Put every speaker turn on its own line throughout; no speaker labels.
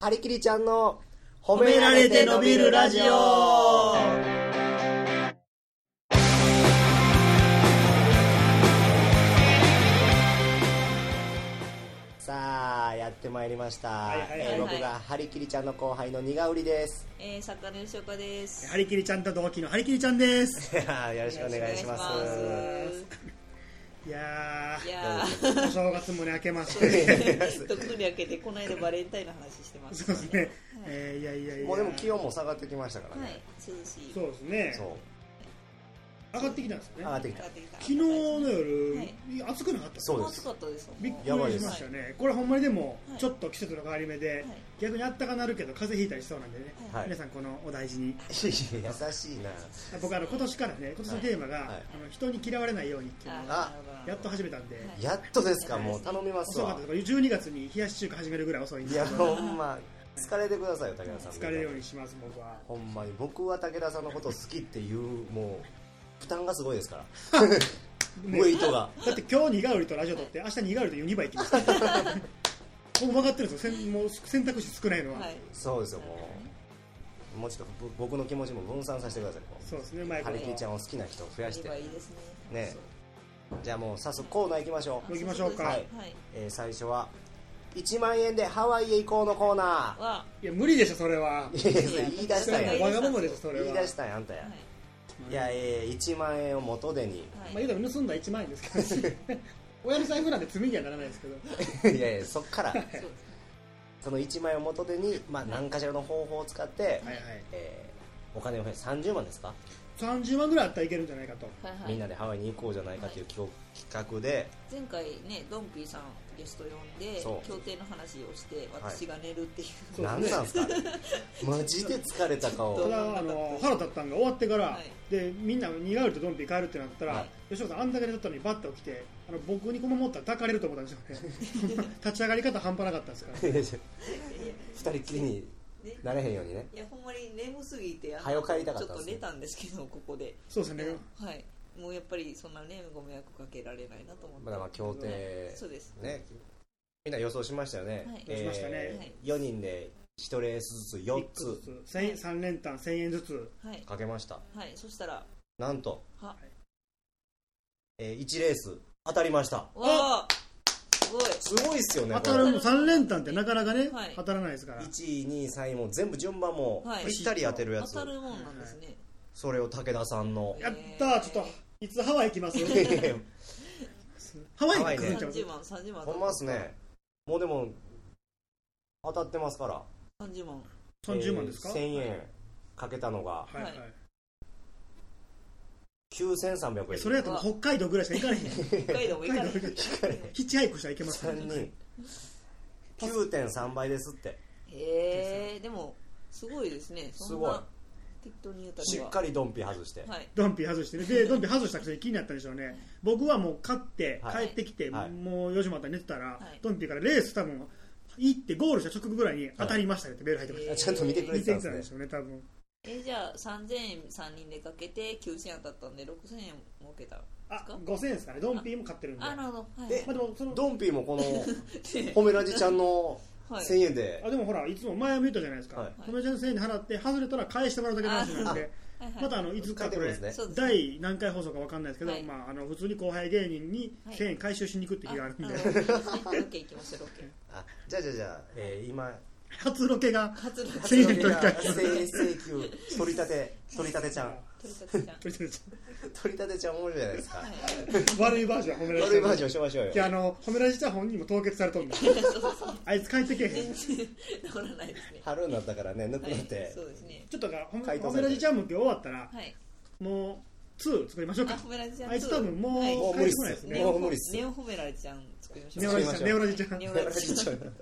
はりきりちゃんの
褒められて伸びるラジオ
さあやってまいりました、
いはいはい
えー僕がはりきりちゃんの後輩の苦売り です、
えー、作家の吉岡です。
はりきりちゃんと同期のはりきりちゃんです。
よろしくお願いします
お願いし
いや
ますいや
ー、お正月もね、明けまし
ー、
て。
とっくに開けて、この間バレンタインの話してまし
そう
た
で
か
す
ら
ね。えーいやいやいや。
もうでも気温も下がってきましたから
はい、
ね、
涼しい。
そうですね。
そう
上がってきたんですよ
上
ね。
がってきた
なってきた
昨日の夜、
はい
暑くなかった
そうです
暑かったですもん。
びっ
やば
く
い
り
で
し
す
ましたよね。これほんまにでも
は、い
ちょっと季節の変わり目で、
はい
逆にあったかなるけど、風邪ひいたりしそうなんでね。
はい
皆さんこのお大事に
優しいな
僕あの今年からね今年のテーマが、
はいはい
あの人に嫌われないようにっていうのを
あ
やっと始めたんで、
はい
やっとですかもう頼みます
遅か
わ
ったとか12月に冷やし中華始めるぐらい遅いん
い
です
や
け
ほ
ど
んま疲れてくださいよ武田さん
疲れるようにします僕は
ほんまに僕は武田さんのこと好きっていうもう負担がすごいですから
ね
ウエイトが
だって今日ニガウリとラジオ撮って明日ニガウリとユニバ行きますからもう分かってるんですよせんもう選択肢少ないのは、
はい。
そうですよもうもうちょっとぼ僕の気持ちも分散させてくださいこ
そうですねうま
う
いこ
ハ
と
リキリちゃんを好きな人を増や
い
し
い
て
ばいいですね。
ねじゃあもう早速コーナー行きましょう、
行きましょうか
はい。
えー最初は1万円でハワイへ行こうのコーナ
はい
や無理でしょそれは
ーいやいや言い出したんや
い
わがままでしょそれは
言い出したんやあんたや、
はい
い、や、えー、1万円を元手に
まあ、
は
言
い。
うたら盗んだ1万円ですけど 親の財布なんて罪にはならないですけど
いやいやそっから
そうです
その1万円を元手に、まあ、何かしらの方法を使って、
はいはい
えーお金を増やす30万ですか、
30万ぐらいあったらいけるんじゃないかと
はいはい
みんなでハワイに行こうじゃないかという企画で、
前回ねドンピーさんゲスト呼んで
そう
協定の話をして私が寝るっていう、
そうです
何
ね
なんすかあれマジで疲れた
た
顔
ちょっ
だあの腹立ったんが終わってから、
はい
でみんなニガウリとドンピー帰るってなったら、
はい
吉岡さんあんだけ寝とったのにバッと起きてあの僕にこのまま持ったら抱かれると思ったんですよね立ち上がり方半端なかったんですから
2人っきりに
ね
なれへんようにね
いやほんまに眠すぎてあの
早帰りたかった
ちょ
んで
っと
すね
寝たんですけどここで
そうですね
はいもうやっぱりそんなねご迷惑かけられないなと思って
まだまあ協定
そうです
ねみんな予想しましたよね、
はい
予想しましたね
はい
4人で1レースずつ4つ
千円3連単1000円ずつ
はい
かけました
はいそしたら
なんと、
は
え1レース当たりました
わあすごい
すごいっすよね
当
こ
た
れ
るも3連単ってなかなかね、
はい
当たらないですから
1位2位3位も全部順番も
はい
ぴったり当てるやつ、
当たるもんなんですね
それを武田さんの
やったーちょっといつハワイ行きます ハワイ行くんちゃう
30万30万
ほんまっすねもうでも当たってますから
30万
30万ですか、
えー1000円かけたのが
はいはい、
9300円
それやったら北海道ぐらいしか行かれへん
北海道も 行かない
北海ヒッチハイクしたらいけますから
3人9.3倍ですって
へえでもすごいですね
す
そん
ごい
な適当に言うた
し
り
っ
は
かりドンピ外して、
はい
ドンピ外してね でドンピ外したくせに気になったんでしょうね僕はもう勝って帰
はい
ってきて、
はい
もう4時まで寝てたら、
い
ドンピからレース多分行ってゴールした直後ぐらいに当たりましたねってメール入ってました、
はい
ちゃんと見てくれ
見
てた
て
ん
きたん
で
ですし
ね
ょうね多分
えーじゃあ3000円3人でかけて9000円当たったんで6000円儲けた
あ5000円ですかねドンピも勝ってるんで
あなるほどはい
え
まあ、でもその
ドンピーもこの
で
褒めラジちゃんの
はい
1000円で、
あでもほらいつも前も言ったじゃないですか、
はい
米ちゃんの1000円で払って外れたら返してもらうだけの話なんで
はいはい
またあのいつかこ
帰っ
れ
てくるんです
ね
第何回放送かわかんないですけど、
はい
まあ、あの普通に後輩芸人に1000円回収しに行くって日があるんで、
あのロケ行きましょうロケ
あじゃあじゃあじゃあ、えー今
初ロケ が
初ロケ
1000円取り
請
返
求
す
取り立て取り立てちゃん
取り立てちゃん
取り立てちゃん面白いじゃないです か、
悪いバージョン褒められて
悪いバージョンしましょうよ
いやあの褒められた本人も凍結されとんだあいつ帰ってけえへん
全然治らないですね
春になったからねぬく
はい
なって、
そうですね
ちょっとだから
回
褒
答
め褒
されて
められちゃんも今日終わったら
はい
もう2作りましょう
あ
か
褒められちゃん
あいつ多分もう
はい
もう
帰
無
っ
理って
こないですす
ネ
ね
も
オ
う無理
褒め
っす
ネオ褒められちゃん作りましょう
ネオラジちゃんネオラジちゃん
ネオ
褒め
ラ
られち
ジち
ゃ
ゃん
う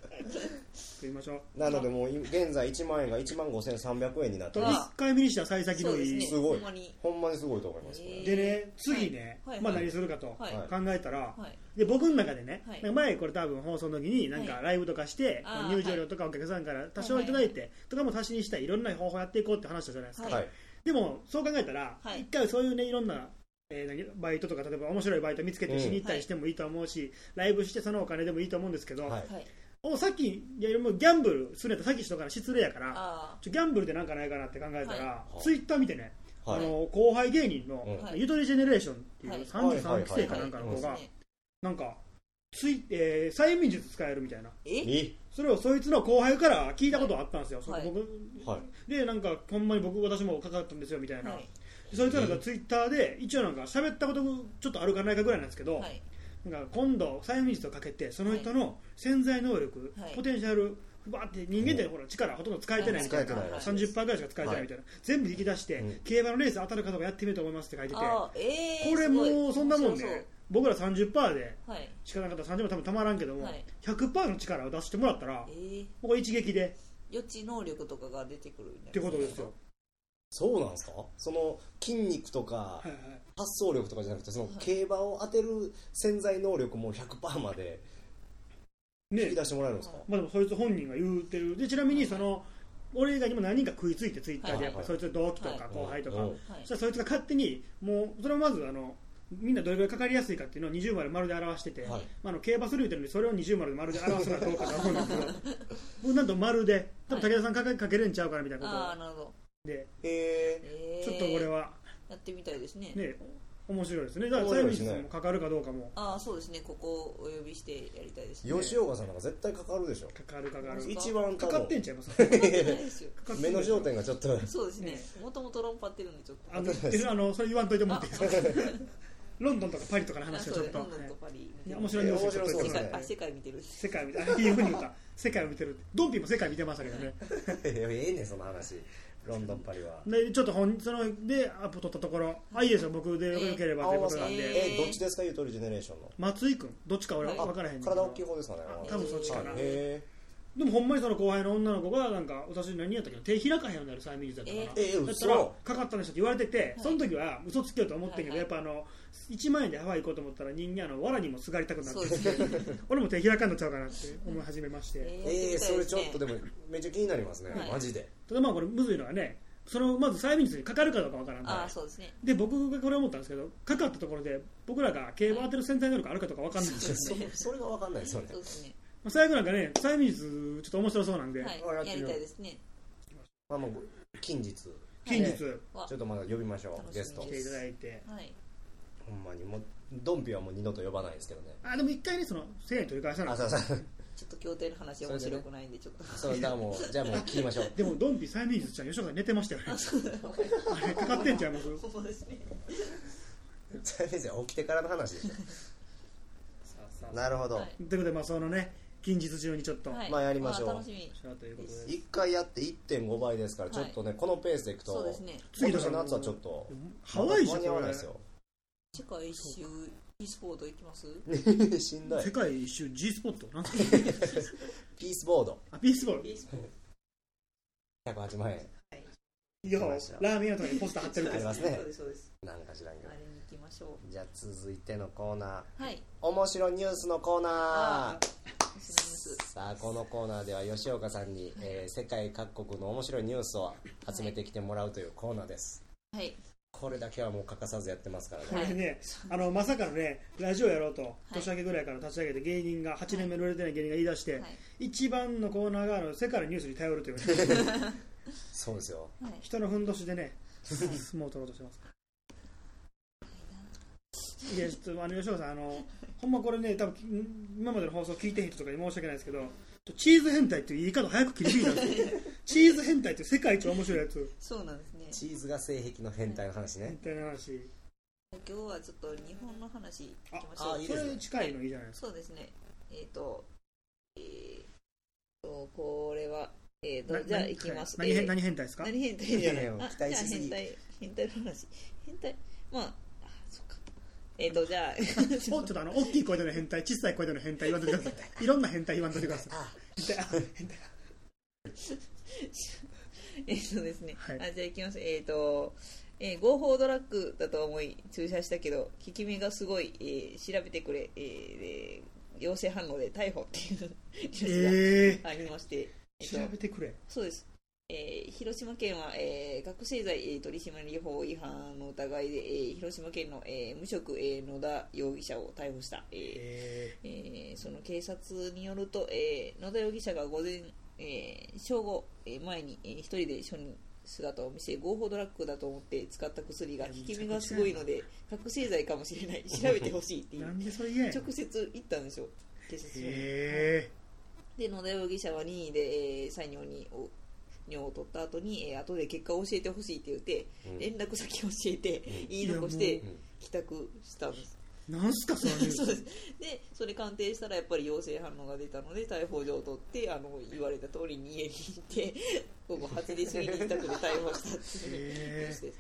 作りましょ う
なのでもう今現在1万円が1万5300円になって
と
ま
わ
す
あ
1回目にしては幸先
そう
の
で
い
す
い
ね
すごい
ほんまに
ほんまにすごいと思いますこ
え
れ
ー
でね次ね、
はい
まあ
はい
何するかと考
はい
えたら、
はい
で僕の中でね、
はい
なんか前これ多分放送の時になん
は
か
い
ライブとかして、
あー
まあ入場料とかお客さんから多少いただいて、とかも足しにしたいいろんな方法やっていこうって話したじゃないですか、
はい
はい
でもそう考えたら一、
はい
回そういうねいろんな、えー何バイトとか例えば面白いバイト見つけてしに行ったりしてもいいと思うし、ライブしてそのお金でもいいと思うんですけど、
はい
はい
おさっきいやもうギャンブルするんやったらさっきしとかな失礼やから
あ
ちょギャンブルでなんかないかなって考えたら、
はい
ツイッター見てね、
はい
あの後輩芸人の、
うん
はい
ゆとりジェネレーションっていう
はい
はいはいはい
33期生
あ
かなんかの
こ
子が、
はい
なんかツイ、えー、催眠術使えるみたいな
え
え
それをそいつの後輩から聞いたことがあったんですよ、
はい
その僕
はい
でなんかほんまに僕私もかかったんですよみたいな、
はい
そいつはなんかツイッターで一応なんか喋ったことちょっとあるかないかぐらいなんですけど、
はい
なんか今度催眠術をかけてその人の潜在能力、
はい
ポテンシャルバーって人間ってほら力ほとんど使えてないみたいな
使えてないらしい
30%ぐらいしか使えてないみたいな、全部引き出して、
うん
競馬のレース当たるかどうかやってみようと思いますって書いててこ
あーえー
れもうそんなもん
すごい
ね僕ら30%で
そうはい
しかなかったら30%多分たまらんけども、
はい
100%の力を出してもらったら
えー
ここ一撃で
予知能力とかが出てくるみたいな
ってことですよ、
そうなんですかその筋肉とか
はいはい
発想力とかじゃなくてその競馬を当てる潜在能力も100%まで引き
ね
出してもらえるんですか、
まあ、でもそいつ本人が言うてるでちなみにその俺以外にも何人か食いついてツイッターでやっぱ
はい
そいつの同期とか
は
後輩とか、
うん
はい
そしたらそいつが勝手にもうそれをまずあのみんなどれぐらいかかりやすいかっていうのを20丸丸で表してて、
はい
まあ、あの競馬する言うてるのにそれを20丸で丸で表すのはどうかと思うんですけどもうなんと丸で多分武田さんかけかけれんちゃうからみたいなこ
ああ
と
なるほど、
で
え
えー
ちょっとこれは
やってみたいですね
ね面白いですねだから
面
最
白
後
いで
に
すね
もかかるかどうかも
ああそうですねここをお呼びしてやりたいですね
ー、吉岡さんなんか絶対かかるでしょ
かかるかかる
一番
か
多
かっ
分
てんちゃ います
そんなことないですよ
かかってん
目の焦点がちょっと
そうですねもともと論破ってるんでちょっと
あのあのそれ言わんといてもらっていいですか ロンドンとかパリとかの
あ
話をち
そ
ょっ
うです
と、
ロ
はい
ンドンとパリ
い
み
や
たいな
面白いニュースをちょっと
面白そう
世
です
界
ね
あ世界見てる
世界見てあいいふうに言った世界を見てるドンピーも世界見てましたけどね
いやええねんその話ロンドンパリは
でちょっと本そのでアップ取ったところあいいですよ僕でよければということなんで、
えどっちですかゆとりジェネレーションの
松井君どっちか俺
はい
分からへんねんけど
体大きい方ですかね
多分そっちかな
はいへ
でもほんまにその後輩の女の子がなんか私何やったっけど手開かへんようになる催眠術だったから、
ええ
だった
嘘
らかかったんですよって言われてて、その時は嘘つけようと思ってんけど、
はい
やっぱあの1万円でハワイ行こうと思ったら人間あの藁にもすがりたくなって
そうですね
俺も手開かんなっちゃうかなって思い始めまして、
えええそれちょっとで
も
もめっちゃ気になりますね
はい
マジで
ただまあこれむずいのはねそのまず催眠術にかかるかどうかわからんか
あ
ら
あそうですね
で僕がこれ思ったんですけどかかったところで僕らが競馬当てる潜在能力あるかとかわかんないんですよ
そそれが分かんないですよね
そうですね
まあ最後なんかね催眠術ちょっと面白そうなんで、
あや
は
っ
い
てみ
やり
よう
たいですね
まあもう近日ち
近日
はい
来
ょっとまだ呼びましょうゲスト
楽しみ
ていただいて
はい
ほんまにもうドンピはもう二度と呼ばないですけどね
あでも一回ねその1000円取り返さな
あ
い
そうそう
ちょっと協定の話は面白くないんでちょっと
そうだからもうじゃあもう聞きましょう
でもドンピ催眠術ちゃん吉岡さん寝てましたよねあれかかってんちゃいます
そうですね
先生起きてからの話でしょなるほど
はい
ということでまあそのね近日中にちょっと、
はい
まあやりましょう
あ楽しみ
しようということで
一回やって1.5倍ですからちょっとねこのペースでいくと
そうですね
次の夏はちょっと
ハワイじゃ
間
ん
に合
こ
わない
れ
ですよ
世
世界一周 e スポート行きます
しんどい
界一周 G スポットなんすか
ピースボード
あピースボール
e スポート
108万円
いや
来ました
ラーメン屋とかにポスター貼ってる
あ
け
り
ど
ますね
そうですそうです
なんか知らんけ
あ
ど
れに行きましょ
じゃあ続いてのコーナー
うはい
面白ニュースのコーナ
あ
ー
おすすめです
さあこのコーナーでは吉岡さんに、えー世界各国の面白いニュースを集めてきてもらうというコーナーです
はい
これだけはもう欠かさずやってますから
こ
ね
れね、あのまさかのね、ラジオやろうと、年明けぐらいから立ち上げて、芸人が、8年目の売れてない芸人が言い出して、
はい
一番のコーナーがあの世界のニュースに頼るという、
そうですよ
はい
人のふんどしでね、相撲を取ろうとしてます。いや、ちょっと、あの吉岡さん、あのほんまこれね、多分ん今までの放送聞いてへん人とかに申し訳ないですけど、チーズ変態っていう言い方を早く切りすぎたんですよ、チーズ変態っていう世界一面白いやつ、
そうなんですね
チーズが性癖の変態の話
み
ね
たいな話、
今日はちょっと日本の話いきまし
あ
ょ
あ
う
いい
そ
ですね
れ近いのいいじゃないですか。
そうですねえっ、とえーとこれはえーと
な
じゃあ
何
行きます、
はい何
え
変
ー
何変態ですか
何変態
いやいや
あ
期待しすぎ
じゃあ変態変態の話変態まああそっかえっ、とじゃ あ
おちょっとあの大きい声での変態、小さい声での変態言わんといてくださ い。いろんな変態言わんといてくださ
あ
い。変態あ変態
えっとですね、
はい
あじゃあ行きますえっ、と、えー合法ドラッグだと思い注射したけど効き目がすごい、えー調べてくれ、えーで陽性反応で逮捕っていうニュースが
え
ありまして、え
え
っと
調べてくれ。
そうですえー広島県は、えー覚醒剤えー取締法違反の疑いで、えー広島県の、えー無職、えー野田容疑者を逮捕した、えー
え
えーその警察によると、えー野田容疑者が午前、えー正午えー前に、えー一人で署に姿を見せ合法ドラッグだと思って使った薬が
い
効
や
き目がすごいので覚醒剤かもしれない調べてほしいってい
ー、な
うん
でそれ言えん
直接言ったんでしょ警察署に、
え
で野田容疑者は任意で、えー、再尿にお尿を取った後に、えー後で結果を教えてほしいって言って、
うん
連絡先を教えて
うん
言い残し
い
て
や
もう
帰宅したんです
ー、なんすかそのニュー
そうです
ス
でそれ鑑定したらやっぱり陽性反応が出たので逮捕状を取ってあの言われた通りに家に行って 午後8時過ぎに自宅で逮捕したっていうニュー
え
スです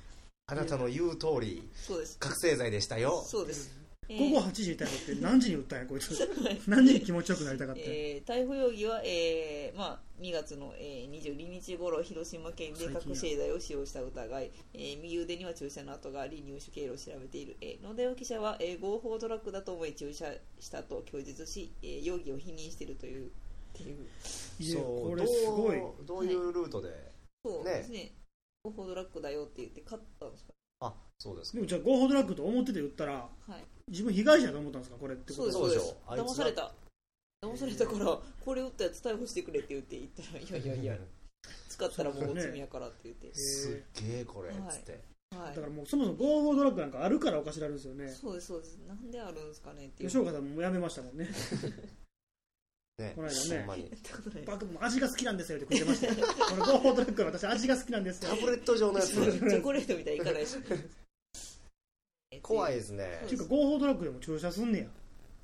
あなたの言う通り
そうです
覚醒剤でしたよ
そうです、え
ー、
ー
午後8時に逮捕って何時に打ったんやこいつ 何時に気持ちよくなりたかったんや
えー逮捕容疑は、えーまあ、2月の、えー22日頃広島県で覚醒剤を使用した疑い、えー右腕には注射の跡があり入手経路を調べている、えー野田容疑者は、えー合法ドラッグだと思い注射したと供述し、えー容疑を否認しているというっていう
いや
そう
これすごい
どうどういうルートで、
そうですね。合法ドラッグだよって言って買ったんですか
あそうです
で
ね
もじゃあ合法ドラッグと思ってて打ったら
はい。
自分被害者だと思ったんですかこれってこと
そうです、そ
そ
う
う
で
ですし。ょあいつ
騙
は
された。騙されたから、これ売ったやつ逮捕してくれって言って言ったら、いやいやいや、使ったらもう罪やからって言って。
すっげえこれっ
はい
つって、
は
だからもうそもそも合法ドラッグなんかあるからおかしられるんですよ
い。
ね
そうです、そうです。なんであるんですかねっていう。
吉岡さんもやめましたもんね
ね
この間ね
ほんまに
や ったことない
僕も味が好きなんですよって言ってましたよこの合法ドラッグは私味が好きなんですよ
タブレット状のやつ
チ ョコレートみたいにいかないです。
怖い
っ
ですね
っていうか合法ドラッグでも注射すんね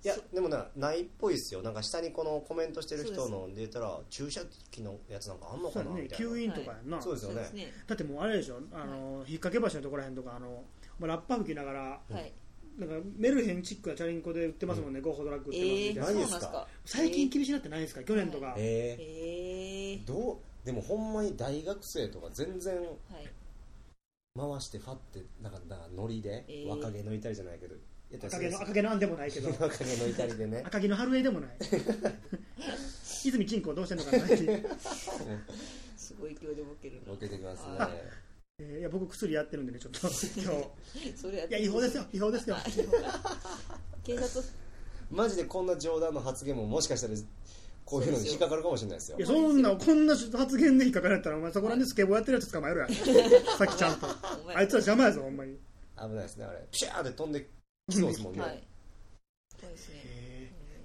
や
いやでもねないっぽいですよなんか下にこのコメントしてる人の出たら注射器のやつなんかあんのか
そう
な
やね
みたいな
吸引とかやんな、
そうです
て
よ
そうで
ね
すね。
だってもうあれでしょあの、引っ掛け橋のところらへんとかあのまあラッパ吹きながら
はい。
なんかメルヘンチックやチャリンコで売ってますもんね、合法ドラッグ売ってます
え
みた
ー、
いな、
そうなんですか。
最近厳しいなってないですか去年とか、
え
え
ー
ー。
どうでもほんまに大学生とか全然
はい。
回してファってなんかなんかノリで、
えー
若気抜いたりじゃないけどやったり
赤
す
毛
るんで
の
す
赤毛のあんでもないけど
若気抜いたりでね
赤木の春江でもない泉金庫どうしてんのかなって、
すごい勢いでボケるな
ボ。ケてきますね
あ
えーいや僕薬やってるんでねちょっと今日
それやっ
いや違法ですよ違法ですよ
あ違法警察
マジでこんな冗談の発言ももしかしたらこういうのに引っかかるかもしれないですよ
いやそんなこんな発言で引っかかられたらお前そこら辺でスケボーやってるやつ捕まえろやさっきちゃんと
お前
あいつは邪魔やぞほんまに
危ないですねあれピシャーって飛んできそうですもんね、
はい。そうですね。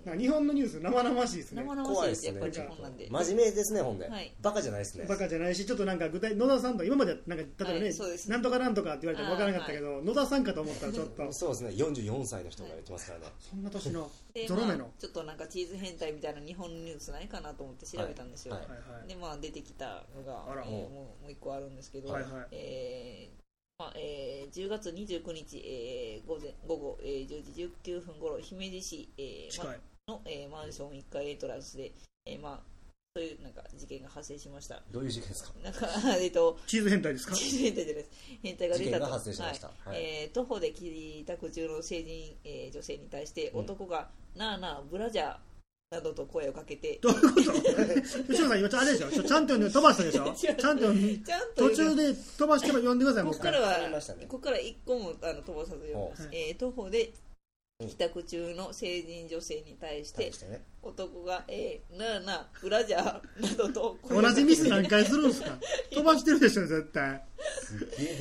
なんか日本のニュース生々しいですね
生々しい
怖い
で、
ですす
やっ
ね
ぱり
じ
日
ゃあ
本なんで。
真面目ですねほんで、
はい
バカじゃないですね
バカじゃないしちょっとなんか具体野田さんとか今までなんか例えばね、
はいそうです
なんとかなんとかって言われても分からなかったけど、野田さんかと思ったらちょ っと
そうですね44歳の人が言ってますからね、
そんな年のは
で
ゾロ目の
まあちょっとなんかチーズ変態みたいな日本のニュースないかなと思って調べたんですよ。
はい
いはい
で、まあ出てきたのが、
あら
えーもうもう一個あるんですけど、
はいはい
えーまあえー10月29日、えー午前午後、えー10時19分頃姫路市、えー
近
ま
い
の、えーマンション1階エントランスで、えーまあ、そういうなんか事件が発生しました。
どういう事件ですか
な んか、えっと、
チーズ変態ですか
チーズ変態じゃないです。変態が
事
出
件
た
が
と。
発生しました、
は
はいい
えー徒歩で帰宅中の成人、えー女性に対して
うん
男が、なあなあブラジャーなどと声をかけて
どういうこと吉野さん、今、あれでしょ、ちょチャンピオンで飛ばしたでしょ、チ
違う
ャンピオン、
ちゃんと
途中で飛ばしても呼んでください、も
こ
う
こ
一回
から。
わ
は
かりましたね
ここから一個もあの飛ばさず読みます、
はい
えー徒歩で
うん
帰宅中の成人女性に対して
対してね
男が「えーなあなあブラジャー」などと声を
同
かけ
じ
て
ミス何回するんですか、飛ばしてるでしょ、絶対。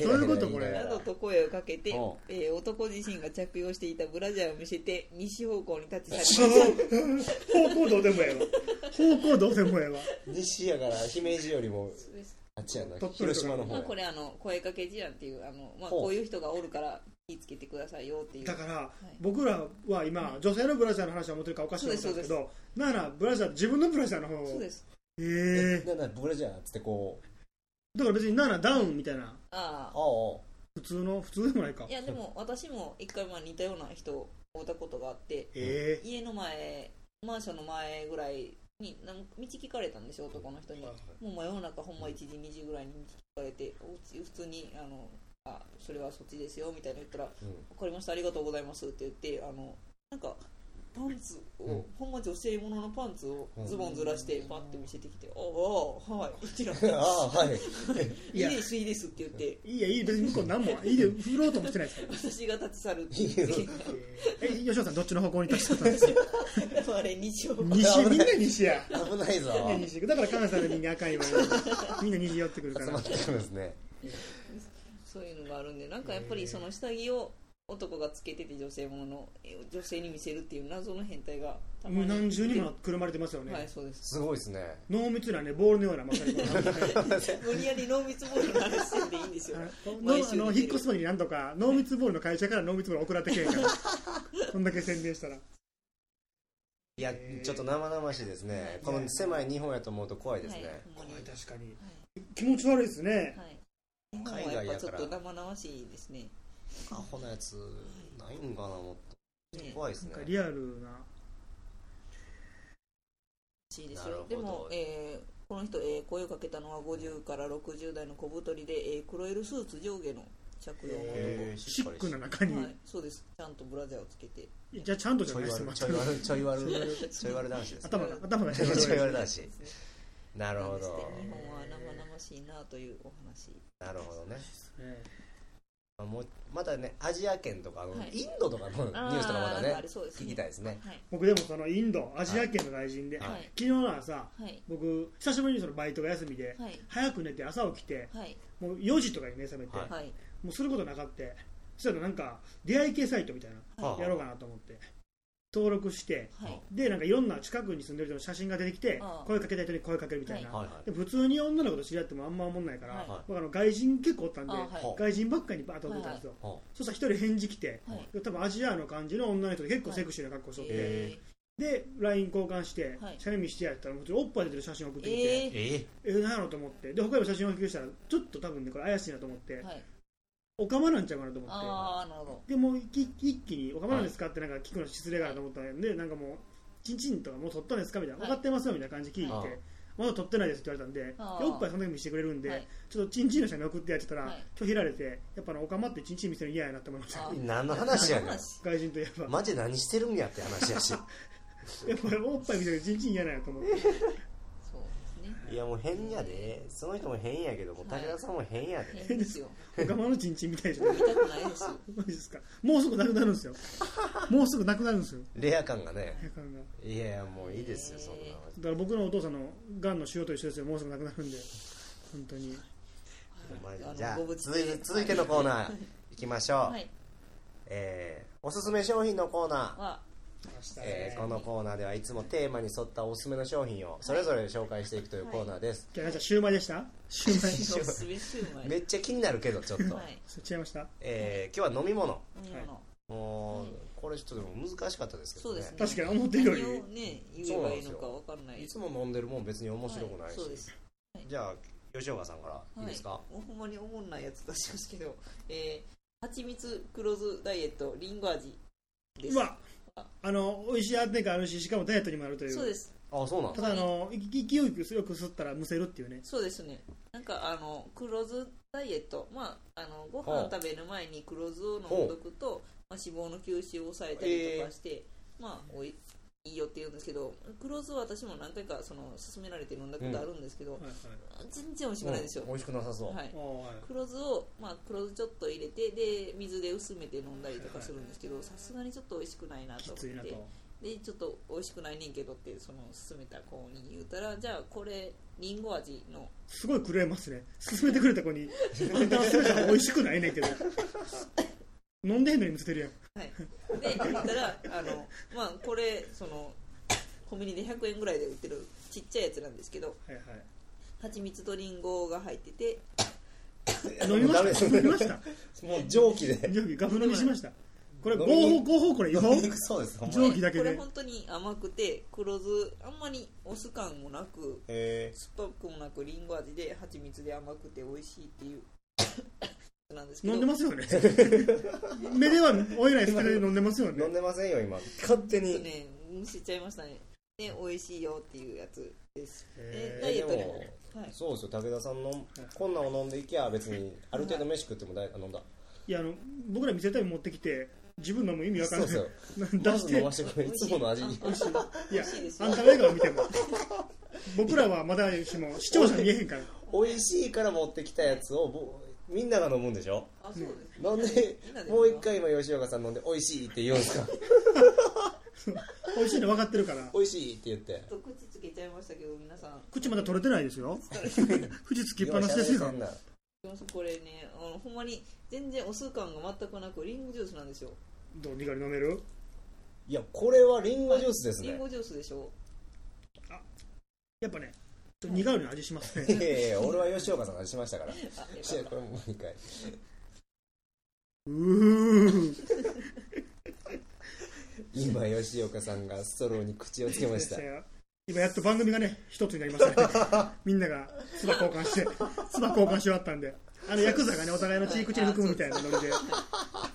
どういうことこれ
などと声をかけて
おう、
えー男自身が着用していたブラジャーを見せて西方向に立ち去りまし
あの方向どうでもええわ、方向どうでもええわ、
西やから姫路よりも
たです
あっちやな
鳥取
広島の方
まあ、
や
これあの声かけ事案っていうあの、まあ、
ほう
こういう人がおるから気をつけてくださいよっていう
だから、
い
僕らは今、女性のブラジャーの話を持ってるからおかしいと思ったんですけど、なら、ブラジャー、自分のブラジャーの方
そう
を
で、す
えー、
なんだブラジャーっつってこう
だから別にならダウンみたいな、
あ
あ
あ
あ
普通の、普通でもないか
い、やでも私も一回まあ似たような人を会ったことがあって
え
家の前マンションの前ぐらいになん道聞かれたんでしょ男の人に
ー
も、う真夜中ほんま1時2時ぐらいに道聞かれておうち普通にあのあそれはそっちですよみたいな言ったら
あ、うん
分かりましたありがとうございますって言ってあのなんかパンツを、
うん
本町教え物のパンツを
うん
ズボンずらしてパッて見せてきて「ああはい」 ってなって
ああはい
い
「いい
や
ですいいです」って言って
いいやいい別に向こう何もいいで振ろうともしてないですから
私が立ち去るっていう
え吉野さんどっちの方向に立ち去ったんですか
あれ日曜
西みんな西や
危ないぞ
みんな西だから関西の人間赤いわみんな西寄ってくるか
集
ら
まってくるんですね
そういうのがあるんでなんかやっぱりその下着を男がつけてて女性もののえ女性に見せるっていう謎の変態がたまに
何重にもくるまれてますよね、
はいそうです
すごいですね
濃密なねボールのようなまさにこの
無理やり濃密ボールの話してでいいんですよ
あ
毎
の
週
あの
見てる
引っ越すのになんとか濃密ボールの会社から濃密ボール送られてけえから こんだけ宣伝したら
いや
えー
ちょっと生々しいですねこの狭い日本やと思うと怖いですね
は
こ
い
れ確かに気持ち悪いですね
はい
海
もう
外
やっぱ
や
ちょ
から
っと生々しいですね
アホなやつないんかなもっと
ね
怖いです
なん
ね
かリアルな
しいで
な
す
るほ
よ
ど
でも、えーこの人、えー声をかけたのは50から60代の小太りで、えー黒色スーツ上下の着用の
へー
シックな中に、
男、はい、そうですちゃんとブラジャーをつけて
じゃあちゃんとじゃ
ちょ
な
い
いです
悪
よ
ちょい悪ちょい悪
ちょい悪
ちょい悪男子ですね
頭が頭がちょい悪い
ちょい悪だし
そうですね
なるほ
そ
ど
して日本は生々しいなというお話
なるほどね
ね
まあもうまだねアジア圏とかあの
はい
インドとかのニュースとかまだ
あーなん
ね
かありそうですね
聞きたいですね
はい
僕でもそのインドアジア圏の外人で、
はい
昨日の朝
はい
僕久しぶりにそのバイトが休みで、
はい
早く寝て朝起きて
はい
もう4時とかに目覚めて、
はい
はい
もうすることなかってそしたらなんか出会い系サイトみたいな
はあ
やろうかなと思って登録して
はい
でなんかいろんな近くに住んでる人の写真が出てきて
ああ
声かけたい人に声かけるみたいな、
はいはい
で普通に女の子と知り合ってもあんま思んないから、
はい
僕あの外人結構おったんで、
あはい
ほ
外人ばっかりにバーッと撮ったんですよ、
は
そしたら一人返事来て、
はい
多分アジアの感じの女の人で結構セクシーな格好しとって、
へ
え
で LINE 交換して、
はい
写メ見してやったらもちろんおっぱい出てる写真送っ
ー
てきて、
え
え
ー
え何やろうと思ってで他にも写真を共有したらちょっと多分ねこれ怪しいなと思って、
ーはい
おかまなんちゃうかなと思って
ああなるほど
でもう一一気に「おかまなんですか?」ってなんか聞くの失礼かなと思ったんで、なんかもう「チンチンとかもう取ったんですか?」みたいな「
は
分
い
かってますよ」みたいな感じ聞いて、
ああ
まだ取ってないです」って言われたんで
ああ
でおっぱいその時見せてくれるんで、
はい
ちょっとチンチンの写メ送ってやってたら、
はい
拒否られてやっぱあのおかまってチンチン見せるの嫌やなって思いました
あ
何の話やねん
外人といえば
マジで何してるんやって話 やし
やっぱおっぱい見せるのチンチン嫌なんやと思って
そうですね
いやもう変やでその人も変やけども
はい
武田さんも変やで
変ですよ
おかまのチンチンみたいじゃない
見たくないですよ
マジですかもうすぐなくなるんですよもうすぐなくなるんですよ
レア感がね
夜間が
いやいやもういいですよ
へー
そんなの
だから僕のお父さんのがんの腫瘍と一緒ですよもうすぐなくなるんで本当に
お前
あの
じゃあ
ご無事
続
で
いて続いてのコーナーいきましょう、
はい
えーおすすめ商品のコーナー
は
明日
えーこのコーナーではいつもテーマに沿ったおすすめの商品をそれぞれ紹介していくというコーナーです、
じゃあじゃあシューマイでしたシューマイ
お
そ
すすめシューマイ
めっちゃ気になるけどちょっと、
はい
れ違いました
えー今日は飲み物
飲み物
もう、
はい
これちょっとでも難しかったですけ
そ
ど
う
ね
ですね
確かに思ってるより
何をね言えばいいのかわかんない
いつも飲んでるもん別に面白くない
は
し、
そうです
じゃあ吉岡さんからいいですか、
はい、ほんまにおもんないやつ出しますけど、えー、蜂蜜黒酢ダイエットリンゴ味です
うわあの美味しい安定感あるししかもダイエットにもなるという
そうです
あそうなん
ただあのいき勢いよくよく吸ったらむせるっていうね
そうですねなんかあの黒酢ダイエットまああのご
ほ
飯
う
食べる前に黒酢を飲んどくと、まあ、脂肪の吸収を抑えたりとかして、まあおいいいよって言うんですけど黒酢は私も何回かその勧められて飲んだことあるんですけど、
はい
全然美味しくないですよ、
うん美味しくなさそう、
はい
はい
黒酢を、まあ、黒酢ちょっと入れてで水で薄めて飲んだりとかするんですけどさすがにちょっと美味しくないな
き
と思っ
ついなと
てでちょっと美味しくないねんけどってその勧めた子に言うたらじゃあこれりんご味の
すごい狂えますね勧めてくれた子にあんたのせいだから美味しくないねんけど飲んでへんのにむせてるやん
はい で言ったらあの、まあ、これそのコンビニで100円ぐらいで売ってるちっちゃいやつなんですけど
はい
蜂蜜とりんごが入ってて
はい飲みま
ダメ
し
で
た
す
飲みました
もう蒸気で
蒸気ガブ飲みしましたこれ合
飲
法
み
合法これ違法
そうですほんま
蒸
に
気だけ
こ
で
れ本当に甘くて黒酢あんまりお酢感もなく
え
酸っぱくもなくりんご味で蜂蜜で甘くて美味しいって いうなんですけど
飲んでますよね 目では追えないスタイルで飲んでますよ
ー
ね
飲んでませんよ今勝手
ちょっと
に
ねむせちゃいましたねで美味しいよっていうやつです
へー
でダイエットにも
で
はい
そうですよ武田さんのこんなんを飲んでいきゃ別にある程度飯食ってもだいあ飲んだ
いやあの僕ら店たび持ってきて自分のも意味わかん
そ
な
う
い
そう
出して
飲ませてくれいつもの味に
美味し いあ
い
美
や
味しいです
あ
よ
んたの笑顔見ても僕らはまだしも視聴者見えへんから
美味しいから持ってきたやつをぼみんなが飲むんでしょ
あそうです
なんで
みんなで飲
も
む
う一回今吉岡さん飲んで美味しいって言うんですか
美味しいの分かってるから
美味しいって言って
ちょっと口つけちゃいましたけど皆さん
口まだ取れてないで すよ口つきっぱなしです
よう
よ
喋れてんな
これねあのほんまに全然お酢感が全くなくリンゴジュースなんですよ
どうにか飲める
いやこれはリンゴジュースです
リン
ね
ゴジュースでしょ
やっぱねちょっと苦いの味します
い
ね
やいやいや俺は吉岡さんがしましたから
あよ
し
か
これもう一回
うーん
今吉岡さんがストローに口をつけました
今やっと番組がね一つになりましたねみんなが唾交換して唾交換し終わったんであのヤクザがねお互いの血口に含むみたいなノリで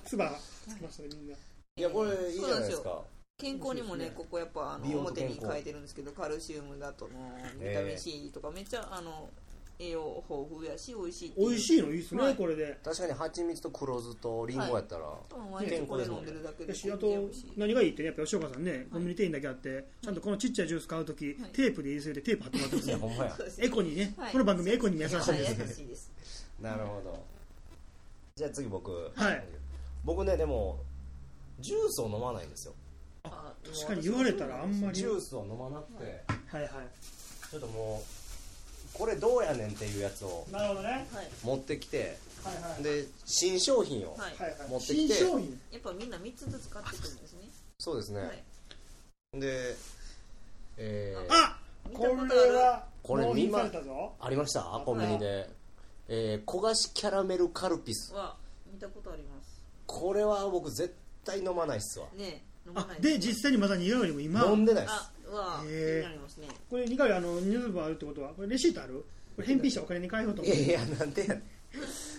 唾つきましたねみんない
やこれいいじゃないですか
健康にもねここやっぱあ
美
の
容と
表
健
に
康
書いてるんですけどカルシウムだとのビタミン C とかめっちゃあの栄養豊富やし美味しいって
美味
い
しいのいいっすね、
はい
これで
確かに蜂蜜と黒酢とリンゴやったら、
う毎日これ飲んでるだけで
よしあ
全
と
然美味しい
何がいいってねやっぱ吉岡さんねコミュニティだけあってちゃんとこのちっちゃいジュース買うとき
はい
テープで言い過ぎてテープ貼ってもらってま
い、
す
や
よ
ほんまや
そうですね
エコにね
はい
この番組エコにも優しい
はい
です
優しいです
なるほどじゃあ次僕
はい
僕ねでもジュースを飲まないんですよ
あ
確かに言われたらあんまり
ジュースを飲まなくて
はいはい
ちょっともうこれどうやねんっていうやつを
なるほどね
はい
持ってきて
はいは
で新商品を、
はい
はいはい
持ってきて
新商品
やっぱみんな3つずつ買ってくるんですね
そうですね、
はい
でえー
あ
見た
こ
こ
れ
とある
は
これ
納
見
品
ま
されたぞ
ありましたコンビニで、えー、焦がしキャラメルカルピス
は見たことあります
これは僕絶対飲まないっすわ
ねえ飲ま
あ
ない
で実際にまだ苦いよりも今
飲んでないっす
あは気
へえ
になりますね
これ2回あのニュース部あるってことはこれレシートあるこれ返品したらお金に変えようと
い
思
や
う
いやなんでやねん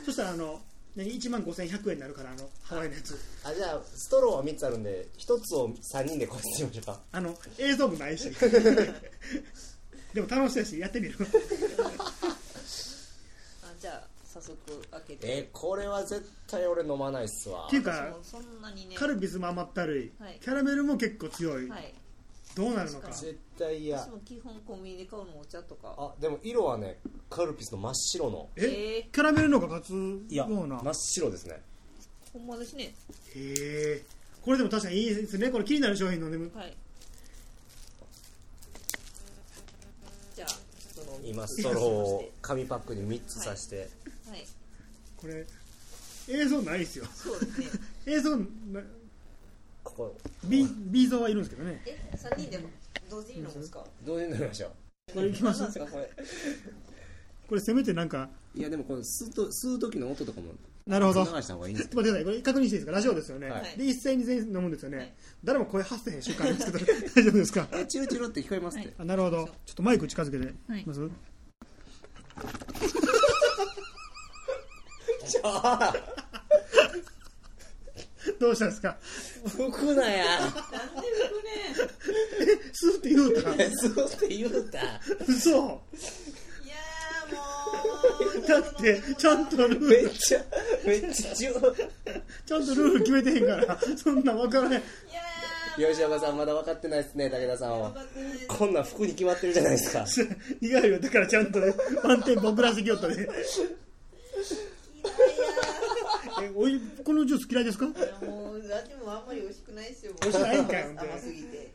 そしたらあの1万5100円になるからあのハワイのやつ
あじゃあストローは3つあるんで1つを3人でこうしてみましょうか
あの映像もない しでも楽しいしやってみる
あじゃあ早速開けて
えー、これは絶対俺飲まないっすわ
っていうか
そうそんなにね
カルピスも甘ったるい、
はい
キャラメルも結構強い、
はい
どうなるのか
確か
絶対嫌
私も基本コンビニで買うのお茶とか
あでも色はねカルピスの真っ白の
え
え
キャラメルの方が勝つ
いや
よう
真
な
っ白ですね
ほんまですね
へえこれでも確かにいいですねこれ気になる商品のね
はいじゃあその
今ストローを紙パックに3つ刺して、
はい
これ映像ないですよ
そうですね
映像な
ここ
B, B 像はいるんですけどね
え3人でも同時に飲むんですか
どういうの飲みましょう
これいきま
何
す
なんですかこれ
これせめてなんか
いやでもこの吸うと吸う時の音とかも
なるほど
した方がいいんです
ちょっと待ってください、これ確認していいですか、ラジオですよね、
はい
で一斉に全員飲むんですよね、
はい
誰も声発せへん瞬間ですけど、 大丈夫ですか、
えチュルチュルって聞こえます
って
あなるほど、ちょっとマイク近づけて、
はい
ます
じゃあ
どうしたんですか、
僕なや
なんで僕ね
スーって言うた、
吸うって言うた
嘘
いやーもう
だって、ちゃんとルー
めっ
ル、
ちゃめっちゃチュ
ちゃんとルール決めてへんから、そんなん分からへん、
いやー
吉岡さんまだ分かってないですね武田さん
もう
は
分かってないです
こんなん服に決まってるじゃないですか
苦いよ、だからちゃんとね、ワンテンポ遅らせきよったね、えおいこのジュース嫌いですか
いやーもう味もあんまり美味しくないですよ
美味しないんかいほんとに
甘すぎて